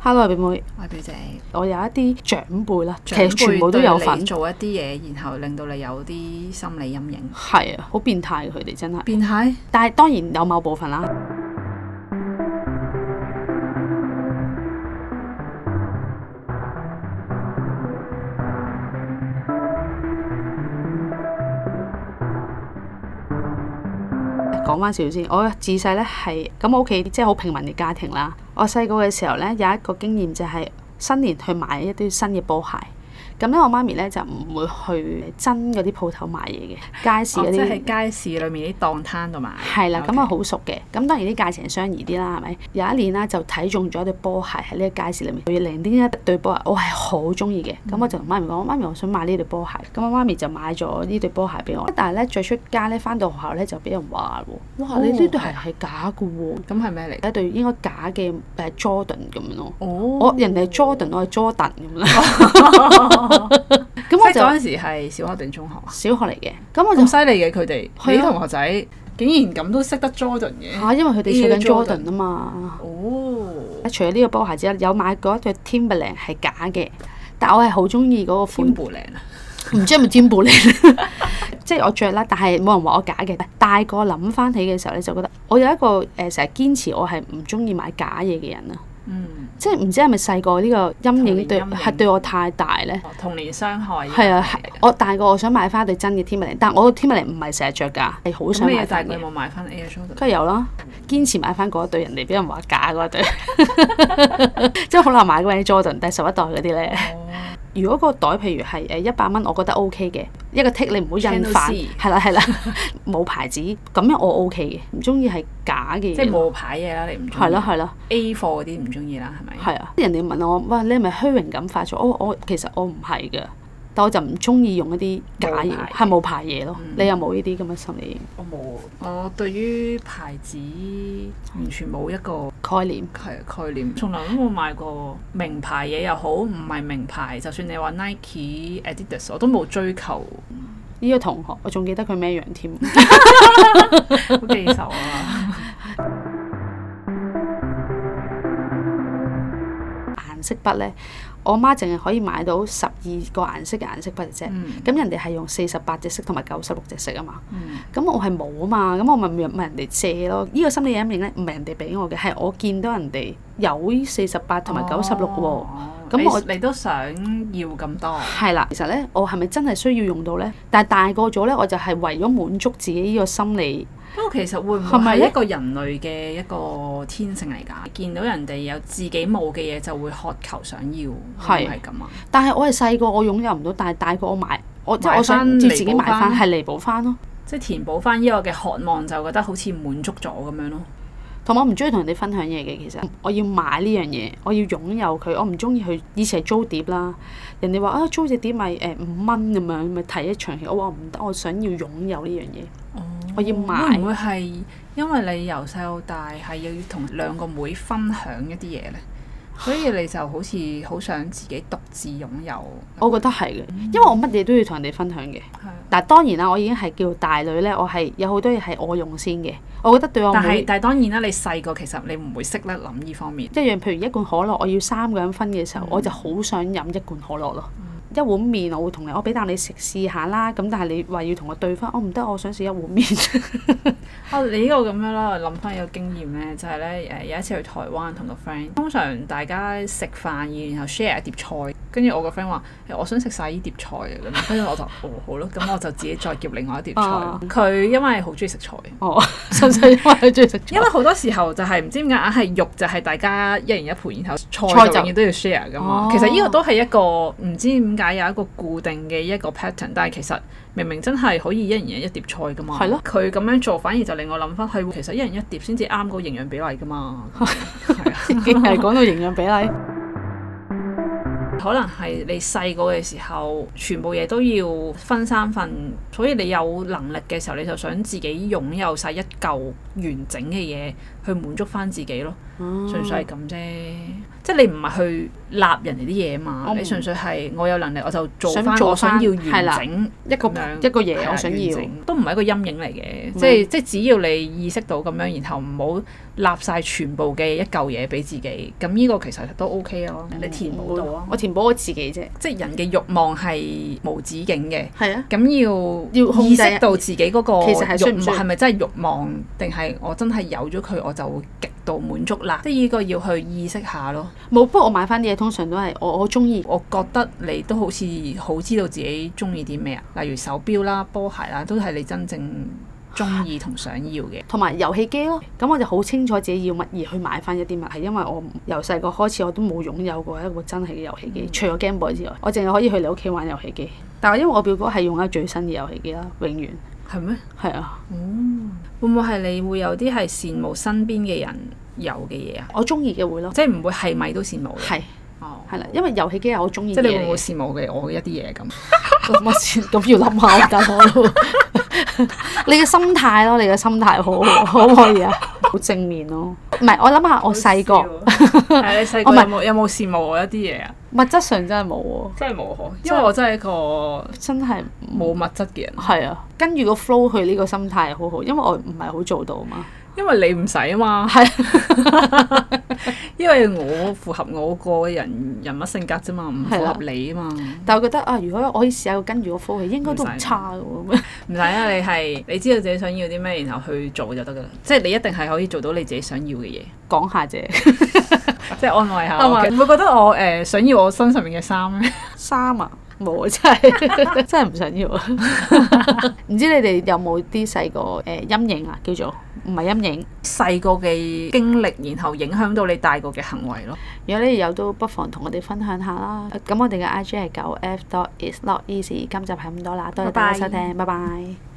Hello 表妹，我係表姐，我有一啲長輩啦，其長輩實全部都有份對你，做一啲嘢，然後令到你有啲心理陰影。係啊，好變態嘅佢哋真係。變態但係當然有某部分啦。講翻少少先，我自細咧係咁，我屋企即係好平民嘅家庭啦。我細個嘅時候咧有一個經驗就係新年去買一啲新嘅波鞋。咁咧，我媽咪咧就唔會去真嗰啲鋪頭買嘢嘅，街市哦嗰即啲。係街市裏面啲檔攤度買。係啦，咁啊 OK 好熟嘅，咁當然啲價錢係相宜啲啦，係咪？有一年啦，就睇中咗一對波鞋喺呢個街市裏面，佢零點一對波鞋，我係好中意嘅。咁我就同媽咪講：我媽咪，我想買呢對波鞋。咁啊我媽咪就買咗呢對波鞋俾我。但係咧，着出街咧，翻到學校咧就俾人話喎，哇！哦你呢對鞋係假嘅喎，咁係咩嚟？一對應該假嘅誒 Jordan 咁樣咯。哦，我人哋係 Jordan，我係 Jordan 咁 啦。即咁我係嗰就陣時係小學定中學啊？小學嚟嘅，咁我就咁犀利嘅佢哋，係啊你啲同學仔竟然咁都識得 Jordan 嘅。嚇，因為佢哋呢做緊對 Jordan 啊嘛。哦，啊除咗呢個波鞋之外，有買過一對 Timberland 係假嘅，但我係好中意嗰個款，天布靚啊！唔知係咪 Timberland？即 係我着啦，但係冇人話我假嘅。大個諗翻起嘅時候咧，就覺得我有一個誒成日堅持我係唔中意買假嘢嘅人啊，嗯，即係唔知係咪細個呢個陰影對童年陰影係對我太大咧。哦童年傷害係啊，係我大個我想買翻對真嘅 Timberland，但我個 Timberland 唔係成日着㗎，係好咁想你買嘅大翻個嘅有。冇買翻 Air Jordan？梗係有啦，堅持買翻嗰一對，人哋俾人話假嗰一對， 即係好難買嗰啲 Jordan 第十一代嗰啲咧。哦如果個袋譬如係誒一百蚊，我覺得 O K 嘅，一個 tick 你唔好印 Channel 反， C 係啦 係啦，冇牌子咁樣我 O K 嘅，唔中意係假嘅嘢，即係冇牌嘢啦，你唔中意係啦係啦 A 貨嗰啲唔中意啦，係咪？係啊！人哋問我哇，你係咪虛榮感發作？我我其實我唔係㗎，但我就唔中意用一啲假嘢冇，牌係冇牌嘢咯。嗯你有冇呢啲咁嘅心理我冇，我對於牌子完全冇一個概念？概概念，從來都冇買過名牌嘢又好，唔係名牌，就算你話 Nike、Adidas，我都冇追求，呢、個同學我仲記得佢咩樣添。好記仇 啊！顏色筆咧，我媽淨係可以買到十二個顏色嘅顏色筆啫。嗯咁人哋係用四十八隻色同埋九十六隻色啊嘛，嗯咁我係冇啊嘛，咁我咪問人哋借咯。呢、個心理陰影咧，唔係人哋俾我嘅，係我見到人哋有四十八同埋九十六喎。哦咁你我你都想要咁多，係啦，其實咧，我係咪真係需要用到咧？但係大個咗咧，我就係為咗滿足自己呢個心理，不過其實會唔係咪會咧係一個人類嘅一個天性嚟㗎？見到人哋有自己冇嘅嘢，就會渴求想要，係係係咁啊？但係我係細個我擁有唔到，但係大個我買，我即係我買返想要自己買翻，彌補返係彌補翻咯。即係填補翻呢個嘅渴望，就覺得好似滿足咗咁樣咯。同埋我唔中意同人哋分享嘢嘅，其實我要買呢樣嘢，我要擁有佢，我唔中意去以前係租碟啦，人哋話啊租只碟咪誒五蚊咁樣，咪睇一場戲，我話唔得，我想要擁有呢樣嘢，我要哦會買唔會係因為你由細到大係要同兩個妹分享一啲嘢呢？所以你就 好似好想自己獨自擁有。我覺得係嘅，因為我乜嘢都要同人哋分享嘅。但係當然啦，我已經係叫大女咧，我係有好多嘢係我用先嘅，我覺得對我但係妹但係當然啦，你細個其實你唔會識得諗呢方面。一樣，譬如一罐可樂，我要三個人分嘅嗯時候，我就好想飲一罐可樂咯。一碗麵我會同你，我俾啖你食試下啦。咁但係你話要同我對分，我唔得，我想試一碗麵。 哦，你呢個咁樣啦，我諗翻有經驗呢，就係呢。誒有一次去台灣同個 friend，通常大家食飯然後 share 一碟菜，跟住我個 friend 話：誒我想食晒呢碟菜啊咁樣，跟住我就哦好咯，咁我就自己再夾另外一碟菜。啊哦佢因為好中意食菜。哦， 純粹因為佢中意食因菜。為好多時候就係唔知點解硬係肉就係大家一人一盤，然後菜菜就就永遠都要 share 噶哦嘛。其實呢個都係一個唔知點解有一個固定嘅一個 pattern，但係其實明明真係可以一人一碟菜噶嘛。係咯佢咁樣做反而就令我諗翻，係其實一人一碟先至啱個營養比例噶嘛。已經 係講到營養比例，可能係你細個嘅時候，全部嘢都要分三份，所以你有能力嘅時候，你就想自己擁有晒一嚿完整嘅嘢，去滿足翻自己咯，嗯純粹係咁啫。即係你唔係去納人哋啲嘢嘛我，你純粹係我有能力我就做嗯想翻做我想要返係完啦整 一個咁樣一個嘢係啊我想完要，整都唔係一個陰影嚟嘅，嗯即係即係只要你意識到咁樣，然後唔好立晒全部嘅一嚿嘢俾自己，咁呢個其實都 OK 咯，嗯你填補到啊我，填補我自己啫，即係人嘅慾望係無止境嘅。係啊，咁要要控制意識到自己嗰個其實係需唔慾需要望係咪真係慾望，定係我真係有咗佢我就會極度滿足啦？即係呢個要去意識下咯。冇不過我買翻啲嘢通常都係我我中意，我覺得你都好似好知道自己中意啲咩啊，例如手錶啦、波鞋啦，都係你真正中意同想要嘅。同埋遊戲機咯，咁我就好清楚自己要乜而去買翻一啲乜，係因為我由細個開始我都冇擁有過一個真係嘅遊戲機，除咗 Game Boy 之外，我淨係可以去你屋企玩遊戲機。但係因為我表哥係用緊最新嘅遊戲機啦，永遠係咩？係啊，會唔會係你會有啲係羨慕身邊嘅人有嘅嘢啊？我中意嘅會咯，即係唔會係咪都羨慕嘅？係哦，係啦，因為遊戲機係我中意即嘅係你會唔會嘢。羨慕嘅我嘅一啲嘢咁？咁我先咁要諗下，大佬， 你嘅心態咯，你嘅心態好好可唔可以啊？好正面咯，唔係我諗下我細個 係你細個我有咪冇有冇羨慕我一啲嘢啊？物質上真係冇喎，真係冇可，因為我真係一個真係冇物質嘅人，係啊，跟住個 flow 去呢個心態好好，因為我唔係好做到嘛。因為你唔使啊嘛。 係，因為我符合我個人人物性格啫嘛，唔符係啦合你啊嘛。但我覺得啊，如果我可以試下跟住個 flow 去，應該都唔差嘅喎。 唔使啊，你係你知道自己想要啲咩，然後去做就得噶啦。即係你一定係可以做到你自己想要嘅嘢。講下啫， 即係安慰下安我慰嘅。你會覺得我誒、呃想要我身上面嘅衫咧？衫啊， 冇啊，真係真係唔想要啊。 唔知你哋有冇啲細個誒陰影啊？叫做唔係陰影。細個嘅經歷，然後影響到你大個嘅行為咯。如果你哋有都不妨同我哋分享下啦。咁我哋嘅 I G 係九 F dot is not easy。今集係咁多啦，多謝大家收聽，拜拜。